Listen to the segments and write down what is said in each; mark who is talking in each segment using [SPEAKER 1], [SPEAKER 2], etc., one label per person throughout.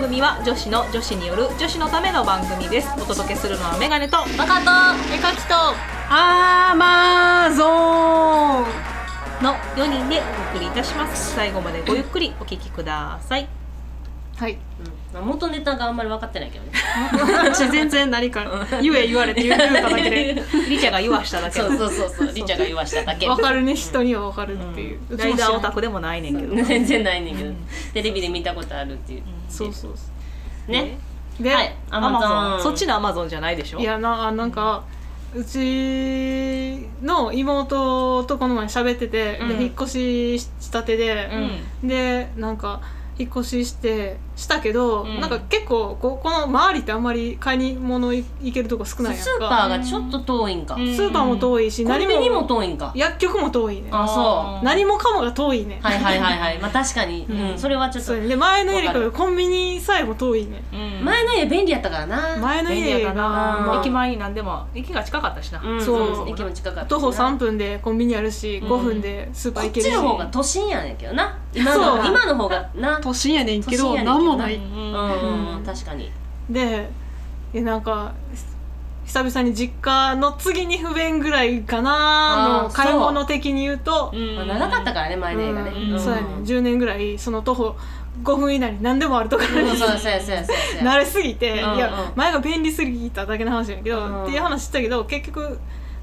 [SPEAKER 1] 組は女子の女子による女子のための番組ですお届けするのはメガネと
[SPEAKER 2] バカとえかきと
[SPEAKER 1] アーマーゾーンの4人でお送りいたします最後までごゆっくりお聞きください
[SPEAKER 2] はい、まあ、元ネタがあんまり分かってない けどね
[SPEAKER 1] 私全然何か言え言われて言うただけで リチャが言わしただけ
[SPEAKER 2] そうそうそうそうりちゃんが言わしただけ
[SPEAKER 3] わかるね人にはわかるっていう、うちも
[SPEAKER 1] ライ
[SPEAKER 3] 知らん
[SPEAKER 1] ダーオタクでもないねんけど
[SPEAKER 2] 全然ないねんけど、
[SPEAKER 1] うん
[SPEAKER 2] テレビで見たことあるっていう、
[SPEAKER 3] そうそうそ
[SPEAKER 2] ね、
[SPEAKER 3] うで、
[SPEAKER 2] はいア
[SPEAKER 1] ア
[SPEAKER 2] マ
[SPEAKER 1] マ
[SPEAKER 2] ゾン
[SPEAKER 1] ゾンそっちのアマゾンじゃないでしょ
[SPEAKER 3] いやなあなんかうちの妹とこの前喋ってて、で
[SPEAKER 2] うん
[SPEAKER 3] 引っ越ししたてで
[SPEAKER 1] う、ん
[SPEAKER 3] でなんか引っ越ししてしたけど、
[SPEAKER 2] うん
[SPEAKER 3] なんか結構ここの周りってあんまり買い物い行けるとこ少ないやんか
[SPEAKER 2] スーパーがちょっと遠いんか、
[SPEAKER 1] うん
[SPEAKER 3] スーパーも遠いし、
[SPEAKER 2] コンビニも遠いんか
[SPEAKER 3] 薬局も遠いね
[SPEAKER 2] あそ
[SPEAKER 3] 何もかもが遠いね、
[SPEAKER 2] はいはいはいはいまあ確かに、
[SPEAKER 3] うん
[SPEAKER 2] うん、それはちょっと
[SPEAKER 3] そうやねで前の家
[SPEAKER 2] わか
[SPEAKER 3] から
[SPEAKER 2] る
[SPEAKER 3] コンビニさえも遠いね
[SPEAKER 1] うん
[SPEAKER 2] 前の家便利やったからな、
[SPEAKER 3] 前の
[SPEAKER 1] 便利
[SPEAKER 3] 家
[SPEAKER 1] や
[SPEAKER 3] が
[SPEAKER 1] ったな、
[SPEAKER 3] まあ
[SPEAKER 1] 駅前に何でも駅が近かったしな、
[SPEAKER 2] うん、
[SPEAKER 3] そう
[SPEAKER 2] そう駅も近かったしな
[SPEAKER 3] 徒歩3分でコンビニあるし、
[SPEAKER 2] うん
[SPEAKER 3] 5分でスーパー
[SPEAKER 2] こっ
[SPEAKER 3] 行けるし
[SPEAKER 2] ちの方が都心やねんけどな今の
[SPEAKER 3] そう
[SPEAKER 2] 今の方がな
[SPEAKER 3] 都心やねんけど
[SPEAKER 2] 都心やねんけど
[SPEAKER 3] 何もな
[SPEAKER 1] う
[SPEAKER 3] い
[SPEAKER 2] うん
[SPEAKER 1] ん
[SPEAKER 2] うんうん確かに
[SPEAKER 3] でえなんか久々に実家の次に不便ぐらいかな
[SPEAKER 2] あ
[SPEAKER 3] の
[SPEAKER 2] ー
[SPEAKER 3] 買い物的に言うと
[SPEAKER 1] うん
[SPEAKER 2] まあ長かったからね前の映画ね
[SPEAKER 3] うん
[SPEAKER 1] うん
[SPEAKER 3] そうやねん10年ぐらいその徒歩5分以内に何でもあるところ
[SPEAKER 2] うん
[SPEAKER 3] に
[SPEAKER 2] そうそうそうそうそう
[SPEAKER 3] 慣れすぎて、
[SPEAKER 2] うん
[SPEAKER 3] い
[SPEAKER 2] うん
[SPEAKER 3] や前が便利すぎただけの話やけど、
[SPEAKER 2] うん
[SPEAKER 3] っていう話したけど結局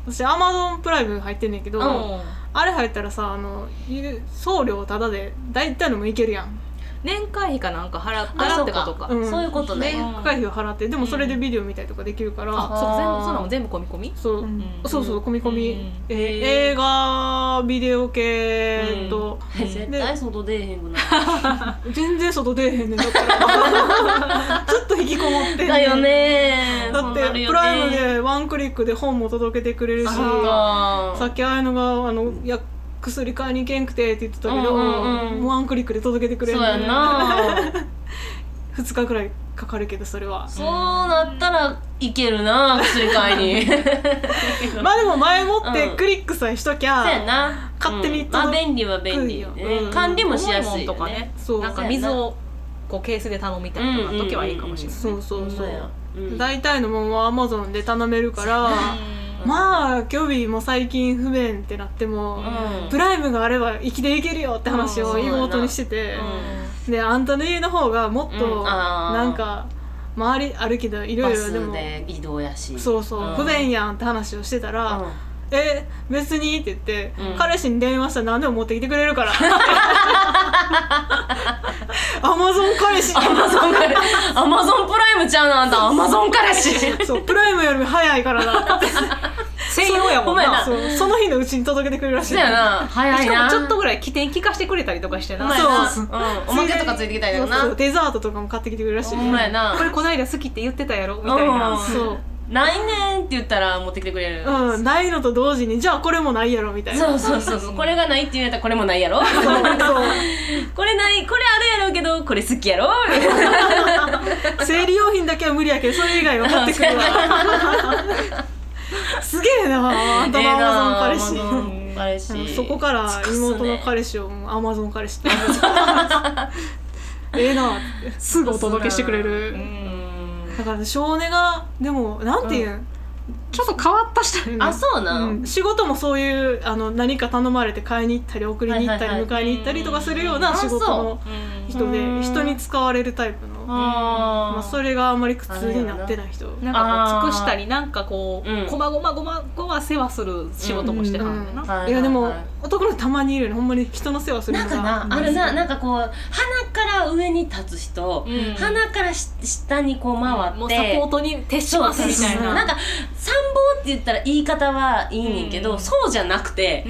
[SPEAKER 3] 私アマゾンプライム入ってんねんけど、
[SPEAKER 2] うん
[SPEAKER 3] あれ入ったらさあのゆ送料タダで大体のもいけるやん
[SPEAKER 1] 年会費かなんか払った
[SPEAKER 2] あ
[SPEAKER 1] ら
[SPEAKER 2] そ
[SPEAKER 1] っ
[SPEAKER 2] う
[SPEAKER 1] て
[SPEAKER 2] か
[SPEAKER 1] ことか
[SPEAKER 3] うん
[SPEAKER 2] そういうこと
[SPEAKER 3] で
[SPEAKER 2] ね
[SPEAKER 1] うん
[SPEAKER 3] 会費を払ってでもそれでビデオ見たりとかできるから、
[SPEAKER 1] あそう全部そうなの全部込み込み
[SPEAKER 3] そう,、
[SPEAKER 1] ん
[SPEAKER 3] そうそう込み込み、
[SPEAKER 1] うん
[SPEAKER 3] えー
[SPEAKER 2] へー
[SPEAKER 3] 映画ビデオ系と、
[SPEAKER 1] うん
[SPEAKER 2] 絶対外出えへんくな
[SPEAKER 3] 全然外出えへんねんだか らちょっと引きこもってんねん
[SPEAKER 2] だよね
[SPEAKER 3] だってプライムでワンクリックで本も届けてくれるしさ
[SPEAKER 2] あ
[SPEAKER 3] っきあやのがあのいや薬買いに行けんくてって言ってたけど、
[SPEAKER 2] うんうんうん
[SPEAKER 3] ワンクリックで届けてく
[SPEAKER 2] そ
[SPEAKER 3] れ
[SPEAKER 2] う
[SPEAKER 3] る
[SPEAKER 2] やんな
[SPEAKER 3] 2日くらいかかるけどそれは
[SPEAKER 2] そうなったらいけるな薬買 いに
[SPEAKER 3] まあでも前もっ
[SPEAKER 2] う
[SPEAKER 3] て
[SPEAKER 2] ん
[SPEAKER 3] クリックさえしときゃ、
[SPEAKER 2] そうやな
[SPEAKER 3] 勝手に
[SPEAKER 2] うんまあ
[SPEAKER 3] 届く
[SPEAKER 2] 便利は便利よね
[SPEAKER 3] うん
[SPEAKER 2] 管理もしやすいよ
[SPEAKER 1] 重もんとかね
[SPEAKER 2] ね
[SPEAKER 3] そう
[SPEAKER 1] なんか水をこうケースで頼みたいとか時はいいかもしれない、
[SPEAKER 3] そうそうそう、
[SPEAKER 2] うん
[SPEAKER 3] 大体のもんはアマゾンで頼めるから、
[SPEAKER 2] うん
[SPEAKER 3] まあ虚偽も最近不便ってなっても、
[SPEAKER 2] うん
[SPEAKER 3] プライムがあれば生きていけるよって話を妹にしてて、であんたの家の方がもっ
[SPEAKER 2] う
[SPEAKER 3] と
[SPEAKER 2] んあー
[SPEAKER 3] なんか周りあるけどいろ
[SPEAKER 2] バ
[SPEAKER 3] いろで
[SPEAKER 2] ス
[SPEAKER 3] も
[SPEAKER 2] で移動やし
[SPEAKER 3] そうそう不便やんって話をしてたら「
[SPEAKER 2] う
[SPEAKER 3] え別に?」って言って、
[SPEAKER 2] うん
[SPEAKER 3] 彼氏に電話したら何でも持ってきてくれ るから」アマゾン彼氏
[SPEAKER 2] んアマゾンからアマゾンプライムちゃうなあんたアマゾンからし
[SPEAKER 3] そうプライムよりも早いからなって
[SPEAKER 1] 専用やも
[SPEAKER 2] ご
[SPEAKER 1] ん
[SPEAKER 2] めんな
[SPEAKER 1] な
[SPEAKER 3] そうその日のうちに届けてくれるらしい
[SPEAKER 2] そうやな早
[SPEAKER 1] し
[SPEAKER 2] い
[SPEAKER 1] かも
[SPEAKER 2] な
[SPEAKER 1] ちょっとぐらい起点聞かしてくれたりとかして
[SPEAKER 2] ほん
[SPEAKER 1] な
[SPEAKER 2] まやな
[SPEAKER 3] そう
[SPEAKER 2] うんおまけとかついてきたりと
[SPEAKER 3] そう
[SPEAKER 2] か
[SPEAKER 3] そう
[SPEAKER 2] な
[SPEAKER 3] デザートとかも買ってきてくれるらしい
[SPEAKER 2] ほんまやな
[SPEAKER 1] これこないだ好きって言ってたやろみたいな、
[SPEAKER 2] うん
[SPEAKER 3] そう
[SPEAKER 2] ないねんって言ったら持ってきてくれる
[SPEAKER 3] うんないのと同時にじゃあこれもないやろみたいな
[SPEAKER 2] そうそうそうそうこれがないって言うんやったらこれもない やろ
[SPEAKER 3] そう
[SPEAKER 2] これないこれあるやろうけどこれ好きやろみたいな
[SPEAKER 3] そう生理用品だけは無理やけどそれ以外は買ってくるわ すげえなあんたのアマゾン彼氏
[SPEAKER 2] ン彼氏
[SPEAKER 3] うんそこから妹の彼氏をアマゾン彼 氏って呼ぶええなすぐお届けしてくれる、だから性根がでもなんていうん、
[SPEAKER 1] ちょっと変わった人
[SPEAKER 2] あそうな
[SPEAKER 3] うんん仕事もそういうあの何か頼まれて買いに行ったり送りに行ったり
[SPEAKER 2] はいはいは
[SPEAKER 3] 迎えに行ったりとかするような仕事の人
[SPEAKER 2] うん
[SPEAKER 3] で人に使われるタイプの
[SPEAKER 2] あー
[SPEAKER 3] まあ、それがあんまり苦痛になってない人
[SPEAKER 1] なんかこ
[SPEAKER 2] あー
[SPEAKER 1] う尽くしたりなんかこう、
[SPEAKER 2] うん
[SPEAKER 1] こまごまごまごま世話する仕事もしてはんねんな、
[SPEAKER 3] う
[SPEAKER 2] はいは
[SPEAKER 3] ん
[SPEAKER 2] いはい
[SPEAKER 3] いやでも男の人たまにいるよねほんまに人の世話する
[SPEAKER 2] なん
[SPEAKER 3] のが
[SPEAKER 2] かな、あるな、なんかこう鼻から上に立つ人、
[SPEAKER 1] うん
[SPEAKER 2] 鼻からし下にこう回って、
[SPEAKER 1] もうサポートに徹し
[SPEAKER 2] そう
[SPEAKER 1] ます
[SPEAKER 2] そう
[SPEAKER 1] み
[SPEAKER 2] そ
[SPEAKER 1] たいうな
[SPEAKER 2] なんか参謀って言ったら言い方はいいねんけど、
[SPEAKER 1] うん
[SPEAKER 2] そうじゃなく て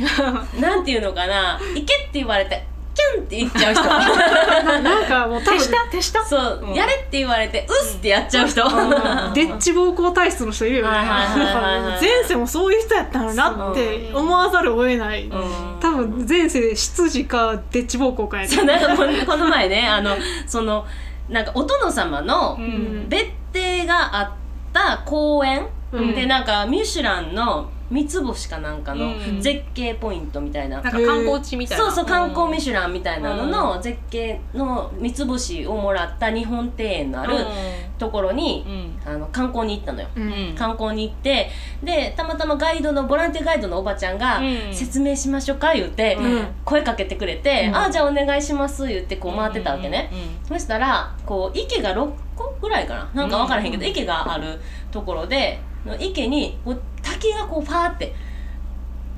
[SPEAKER 2] なんていうのかな「行け」って言われて「キャン」って言っちゃ う
[SPEAKER 3] なんかもう多
[SPEAKER 1] 手
[SPEAKER 3] 分
[SPEAKER 1] 下手下
[SPEAKER 2] 人そう、
[SPEAKER 1] うん
[SPEAKER 2] やれ」って言われて「うっ」ってやっちゃう人、
[SPEAKER 1] ん
[SPEAKER 3] でっち暴行体質の人いるよね
[SPEAKER 2] はいはいはい
[SPEAKER 3] だか
[SPEAKER 2] はいはい
[SPEAKER 3] ら前世もそういう人やったのなって思わざるを得ない、
[SPEAKER 2] うん
[SPEAKER 3] 多分前世で執事かでっち暴行かや ね
[SPEAKER 2] そうなんかこのこの前ねあのそのなんかお殿様の
[SPEAKER 1] うん
[SPEAKER 2] 別邸があった公園、
[SPEAKER 3] うん
[SPEAKER 2] でなんかミシュランの三つ星かなんかの
[SPEAKER 1] うん
[SPEAKER 2] 絶景ポイントみたいな、
[SPEAKER 1] なんか観光地みたいな
[SPEAKER 2] そうそう
[SPEAKER 1] う
[SPEAKER 2] 観光ミシュランみたいなのの絶景の三つ星をもらった日本庭園のあるところに
[SPEAKER 1] う、ん
[SPEAKER 2] あの観光に行ったのよ、
[SPEAKER 3] う
[SPEAKER 1] うんん
[SPEAKER 2] 観光に行ってでたまたまガイドのボランティアガイドのおばちゃんが「
[SPEAKER 1] うん
[SPEAKER 2] 説明しましょうか」言って、
[SPEAKER 1] うん
[SPEAKER 2] 声かけてくれて「
[SPEAKER 1] うん
[SPEAKER 2] ああじゃあお願いします」言ってこう回ってたわけね、
[SPEAKER 1] うん
[SPEAKER 2] そしたらこう池が6個ぐらいかななんか分からへんけど、
[SPEAKER 1] うん
[SPEAKER 2] 池があるところでの池にこう滝がこうファーって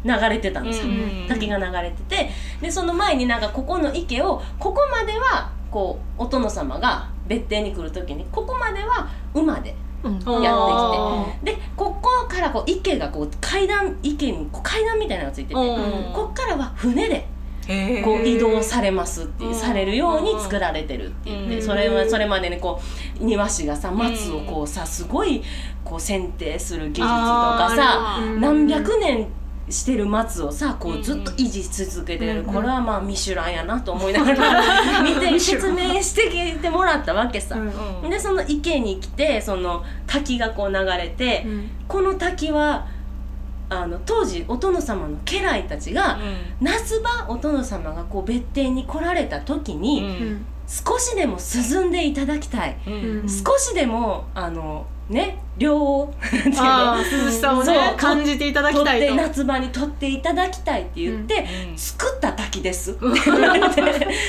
[SPEAKER 2] 流れてたんですよ、
[SPEAKER 1] うんん
[SPEAKER 2] 滝が流れててでその前になんかここの池をここまではこうお殿様が別邸に来る時にここまでは馬で
[SPEAKER 1] うん
[SPEAKER 3] うん
[SPEAKER 2] や
[SPEAKER 3] あ
[SPEAKER 2] でここからこう池がこう階段池にこう階段みたいなのがついててこ
[SPEAKER 1] うん
[SPEAKER 2] こからは船で
[SPEAKER 1] へー
[SPEAKER 2] こう移動されますっていう、
[SPEAKER 1] うん
[SPEAKER 2] されるように作られてるっていう、
[SPEAKER 1] うん
[SPEAKER 2] それはそれまでにこう庭師がさ松をこうさすごいこう剪定する技術とかさ
[SPEAKER 3] あー
[SPEAKER 1] うん
[SPEAKER 3] ー
[SPEAKER 2] 何百年してる松をさこ
[SPEAKER 1] う
[SPEAKER 2] うんずっと維持し続けてる、
[SPEAKER 3] うん
[SPEAKER 2] これはまあミシュランやなと思いなが ら見て説明してきてもらったわけさ。
[SPEAKER 3] うん
[SPEAKER 1] うん
[SPEAKER 2] でその池に来てその滝がこう流れて、
[SPEAKER 3] うん
[SPEAKER 2] この滝はあの当時お殿様の家来たちが、夏場お殿様がこう別邸に来られた時
[SPEAKER 1] う
[SPEAKER 2] に、
[SPEAKER 1] ん
[SPEAKER 2] 少しでも涼んでいただきたい、
[SPEAKER 1] うん
[SPEAKER 3] うん
[SPEAKER 2] 少しでもあのね涼をなんていうの
[SPEAKER 3] あー涼しさを
[SPEAKER 2] そ
[SPEAKER 3] ね
[SPEAKER 2] う
[SPEAKER 3] 感じていただ
[SPEAKER 2] 取
[SPEAKER 3] き
[SPEAKER 2] った
[SPEAKER 3] い
[SPEAKER 2] て
[SPEAKER 3] と
[SPEAKER 2] 夏場に取っていただきたいって言って、
[SPEAKER 1] うん
[SPEAKER 2] 作った滝ですって 言われて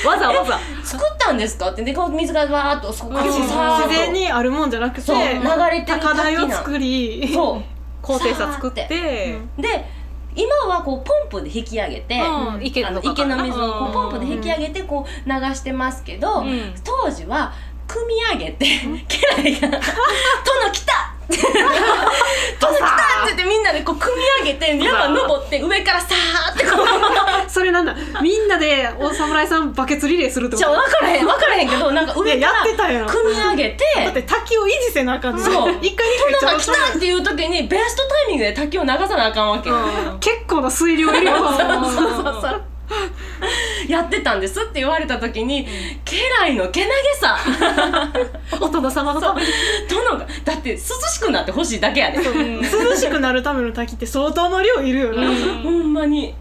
[SPEAKER 1] わざわざ
[SPEAKER 2] 作ったんですかってでこう水がわーっとそこ
[SPEAKER 3] うん
[SPEAKER 2] 口さーっと
[SPEAKER 3] 自然にあるもんじゃなく
[SPEAKER 2] そう
[SPEAKER 3] て
[SPEAKER 2] 流れてる
[SPEAKER 3] 高台
[SPEAKER 2] 滝
[SPEAKER 3] を
[SPEAKER 2] な
[SPEAKER 3] 作り
[SPEAKER 2] そう
[SPEAKER 3] 高低差作って
[SPEAKER 2] さで今はこうポンプで引き上げて、
[SPEAKER 1] うん
[SPEAKER 3] うん
[SPEAKER 1] 池
[SPEAKER 2] あ
[SPEAKER 1] の
[SPEAKER 2] の
[SPEAKER 1] 中
[SPEAKER 2] 池
[SPEAKER 1] から
[SPEAKER 2] の水をこうポンプで引き上げてこう流してますけど、
[SPEAKER 1] うん
[SPEAKER 2] 当時は組み上げて家来が「殿来た!」って「殿来た!」って言ってみんなでこう組み上げて山登って上からさーってこう
[SPEAKER 3] それなんだみんなでお侍さんバケツリレーするってこ
[SPEAKER 2] じゃあ
[SPEAKER 3] と
[SPEAKER 2] 分からへん分からへんけどなんか
[SPEAKER 3] いや
[SPEAKER 2] 上か
[SPEAKER 3] やってたや
[SPEAKER 2] ら
[SPEAKER 3] ん
[SPEAKER 2] 組み上げて
[SPEAKER 3] だって滝を維持せなあかんの
[SPEAKER 2] そう
[SPEAKER 3] 一回
[SPEAKER 2] 「殿
[SPEAKER 3] 一回
[SPEAKER 2] が来た!」っていう時にベストタイミングで滝を流さなあかんわけよ。
[SPEAKER 3] 結構な水量い るよ
[SPEAKER 2] そうそうそうやってたんですって言われた時に家来のけなげさ
[SPEAKER 3] お殿様のために
[SPEAKER 2] 殿がだって涼しくなってほしいだけやで
[SPEAKER 3] 涼しくなるための滝って相当の量いるよな、
[SPEAKER 2] ほんまに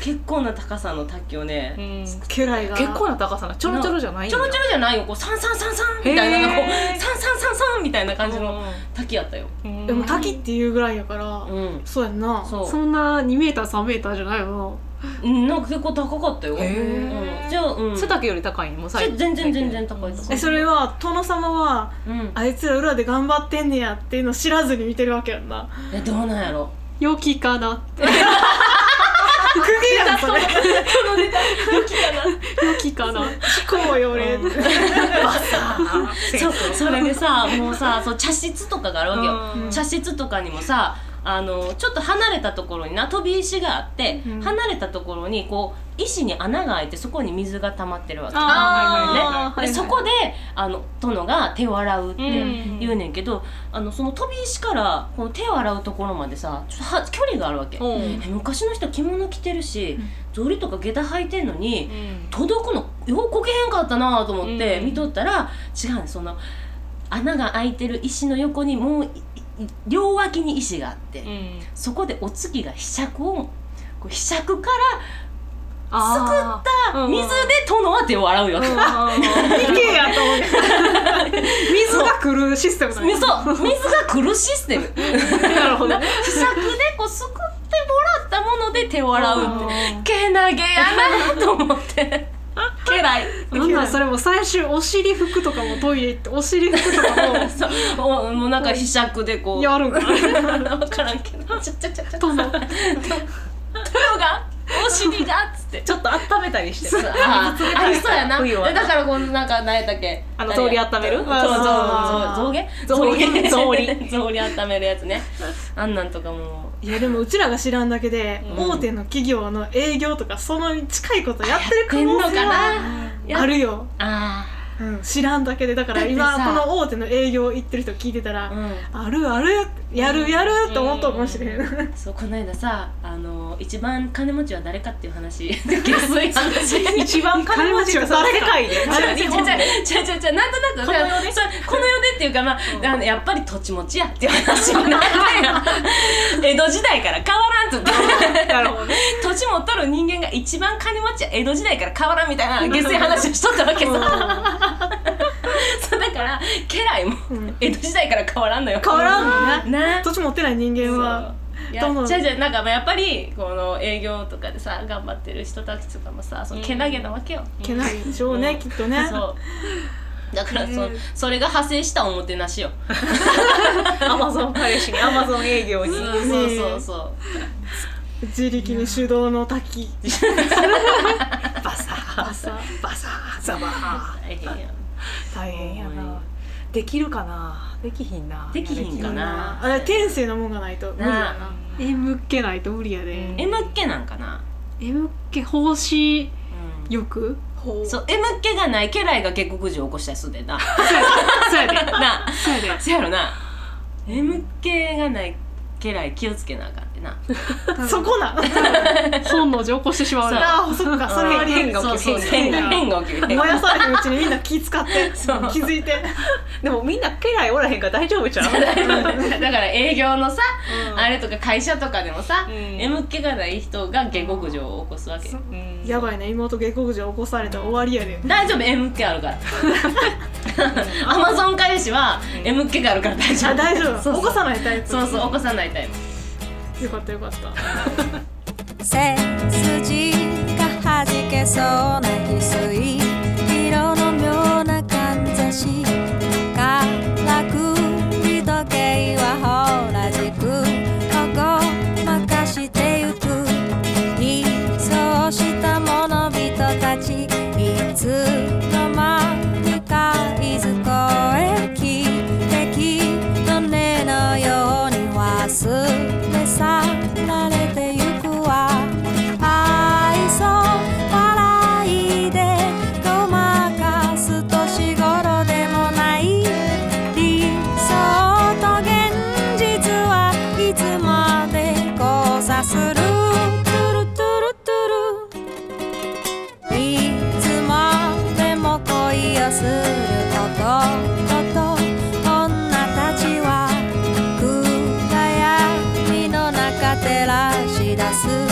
[SPEAKER 2] 結構な高さの卓球をね、
[SPEAKER 1] うん
[SPEAKER 3] 家来が
[SPEAKER 1] 結構な高さなちょろちょろじゃないん
[SPEAKER 2] ち
[SPEAKER 1] だ
[SPEAKER 2] ょろちょろじゃないよこうサンサンサンサンみたいな
[SPEAKER 1] へー
[SPEAKER 2] なんかこうサンサンサンサンみたいな感じの滝やったよ
[SPEAKER 1] うん
[SPEAKER 3] でも滝っていうぐらいやから、
[SPEAKER 2] うん
[SPEAKER 3] そうやんな
[SPEAKER 2] そ
[SPEAKER 3] そううんな 2m3m じゃないよ
[SPEAKER 2] うんなんか結構高かったよ、
[SPEAKER 1] へー
[SPEAKER 2] うん、じゃあ、うん、
[SPEAKER 1] 背丈より高いのもう
[SPEAKER 2] そ
[SPEAKER 1] 最
[SPEAKER 2] れ
[SPEAKER 1] 近
[SPEAKER 2] 全然全然高いと
[SPEAKER 3] なえそれは殿様は
[SPEAKER 2] うん
[SPEAKER 3] あいつら裏で頑張ってんねやっていうの知らずに見てるわけやんな
[SPEAKER 2] えどうなんやろ
[SPEAKER 3] 良きかなって 釘やんそれ良きかな思考よ俺、
[SPEAKER 1] うん
[SPEAKER 2] そうそれでさもうさそう茶室とかがあるわけよ、
[SPEAKER 1] うん
[SPEAKER 2] 茶室とかにもさあのちょっと離れたところにな飛び石があって、
[SPEAKER 3] うん
[SPEAKER 2] 離れたところにこう石に穴が開いてそこに水が溜まってるわけ
[SPEAKER 3] あー
[SPEAKER 2] ね、でそこであの殿が手を洗うって
[SPEAKER 1] うん
[SPEAKER 2] 言うねんけど、あのその飛び石からこの手を洗うところまでさちょっとは距離があるわけ、
[SPEAKER 1] うん
[SPEAKER 2] え昔の人着物着てるし
[SPEAKER 3] うん
[SPEAKER 2] 草履とか下駄履いてんのに、
[SPEAKER 1] うん
[SPEAKER 2] 届くのようこけへんかったなと思って
[SPEAKER 1] うん
[SPEAKER 2] 見とったら、違うねその穴が開いてる石の横にもういい両脇に石があって、
[SPEAKER 1] うん
[SPEAKER 2] そこでお月が柄杓をこう柄杓か
[SPEAKER 1] あ
[SPEAKER 2] ら
[SPEAKER 1] ー
[SPEAKER 2] 水で殿は手を洗うよ、
[SPEAKER 1] うんうん
[SPEAKER 3] 行けやと思って水が来るシステム だ
[SPEAKER 2] みそう水が来るシステム柄
[SPEAKER 3] なるほどね
[SPEAKER 2] 杓でこうすくってもらったもので手を洗うってけなげやなと思って 家来
[SPEAKER 3] なんならそれも最終お尻拭くとかもトイレ行ってお尻拭くとか も
[SPEAKER 2] そう おもうなんか柄杓でこう
[SPEAKER 3] やるんかな
[SPEAKER 2] 分からんけどちゃちゃちゃちゃ
[SPEAKER 3] 殿
[SPEAKER 2] 黒がお尻がっつって
[SPEAKER 1] ちょっと温めたりして
[SPEAKER 2] あーありそうやな
[SPEAKER 1] 冬は
[SPEAKER 2] えだからこのなんか何やったっけ
[SPEAKER 1] あの草履温める
[SPEAKER 2] そうそうそう
[SPEAKER 3] あー
[SPEAKER 2] そう象牙
[SPEAKER 1] 草履
[SPEAKER 2] 象 象履温めるやつねあんなんとかも
[SPEAKER 3] いやでもうちらが知らんだけで、
[SPEAKER 2] うん
[SPEAKER 3] 大手の企業の営業とかその近いことやってる可
[SPEAKER 2] 変の
[SPEAKER 3] 能
[SPEAKER 2] か
[SPEAKER 3] 性は
[SPEAKER 2] なや
[SPEAKER 3] あるよ
[SPEAKER 2] あ
[SPEAKER 3] うん、知らんだけでだから
[SPEAKER 2] だっ
[SPEAKER 3] 今
[SPEAKER 2] てさ
[SPEAKER 3] この大手の営業行ってる人聞いてたら、
[SPEAKER 2] うん
[SPEAKER 3] あるあるやるやると思ったかもしれん、
[SPEAKER 2] うそうこの間さあの一番金持ちは誰かっていう話下水話
[SPEAKER 1] 一番金持ちはさ世界で
[SPEAKER 2] 違う違う違う違う違うなんとなく
[SPEAKER 3] この世で
[SPEAKER 2] そうこの世でっていうかまあ,、あのやっぱり土地持ちやっていう話になって江戸時代から変わらんと
[SPEAKER 3] なるほどね
[SPEAKER 2] 土地持っとる人間が一番金持ちや江戸時代から変わらんみたいな下水話をしとったわけさそうだから家来も
[SPEAKER 3] うん
[SPEAKER 2] 江戸時代から変わらんのよ
[SPEAKER 3] 変わらんのね
[SPEAKER 2] な
[SPEAKER 3] 土地持ってない人間は
[SPEAKER 2] や
[SPEAKER 3] どんどん
[SPEAKER 2] じゃあじゃあなんかまあやっぱりこの営業とかでさ頑張ってる人たちとかもさそのけなげなわけよ、
[SPEAKER 3] けないでしょうね、
[SPEAKER 2] うん
[SPEAKER 3] きっとね
[SPEAKER 2] そうだからそ,、
[SPEAKER 3] う
[SPEAKER 2] うんそれが派生したおもてなしよ
[SPEAKER 1] アマゾン彼氏にアマゾン営
[SPEAKER 2] そ
[SPEAKER 1] 業
[SPEAKER 2] う
[SPEAKER 1] に
[SPEAKER 2] そうそうそ
[SPEAKER 3] 自力に手動の滝
[SPEAKER 1] バサー
[SPEAKER 3] 朝
[SPEAKER 1] バサーザバー
[SPEAKER 2] う大変や
[SPEAKER 1] 大変や
[SPEAKER 2] ほんま
[SPEAKER 1] なできるかなできひんな
[SPEAKER 2] できひんかな
[SPEAKER 3] あれ天性のもんがないと無理や
[SPEAKER 2] なあ
[SPEAKER 3] なえむけないと無理やで
[SPEAKER 2] えむっけなんかな、
[SPEAKER 3] えむけ奉仕
[SPEAKER 2] うん
[SPEAKER 3] 欲 ほう
[SPEAKER 2] そうえむっけがない家来が下克上起こしたりすんでんな
[SPEAKER 3] そうやで
[SPEAKER 2] な
[SPEAKER 3] そうやで
[SPEAKER 2] そやろなえむっけがない家来気をつけなあかんってな
[SPEAKER 3] そこ な本能上起こしてしま
[SPEAKER 2] うね
[SPEAKER 3] ああそっかそれはありえ
[SPEAKER 1] 変
[SPEAKER 3] る
[SPEAKER 1] が起きる
[SPEAKER 2] そうそう
[SPEAKER 1] 変
[SPEAKER 2] 変
[SPEAKER 3] が
[SPEAKER 2] が変が起きる
[SPEAKER 3] 燃やされるうちにみんな気使って
[SPEAKER 2] そう
[SPEAKER 3] 気づいて
[SPEAKER 1] でもみんな家来おらへんから大丈夫ちゃ う
[SPEAKER 2] だから営業のさ、あれとか会社とかでもさ、
[SPEAKER 1] うん
[SPEAKER 2] えむっけがない人が下克上を起こすわけ
[SPEAKER 3] そう
[SPEAKER 1] うん
[SPEAKER 3] やばいね妹下克上起こされたら終わりやで
[SPEAKER 2] 大丈夫 MK あるから アマゾン彼氏は MK があるから大丈夫
[SPEAKER 3] あ大丈
[SPEAKER 2] そ
[SPEAKER 3] 夫
[SPEAKER 2] う
[SPEAKER 3] 起
[SPEAKER 2] そ
[SPEAKER 3] こ
[SPEAKER 2] う
[SPEAKER 3] さないタイプ
[SPEAKER 2] そうそう起こさないタイプ
[SPEAKER 3] よかったよかった
[SPEAKER 4] 背筋がはじけそうな翡翠色の妙なかんざしからくり時計はほら軸ここ任してゆく理想した者々たちいつの間にかいずこへ汽笛の音のように忘れ去られてゆくわ愛想笑いでごまかす年頃でもない理想と現実はいつまで交差するトゥルトゥルトゥルいつまでも恋をする男と女たちは暗闇の中照らし出す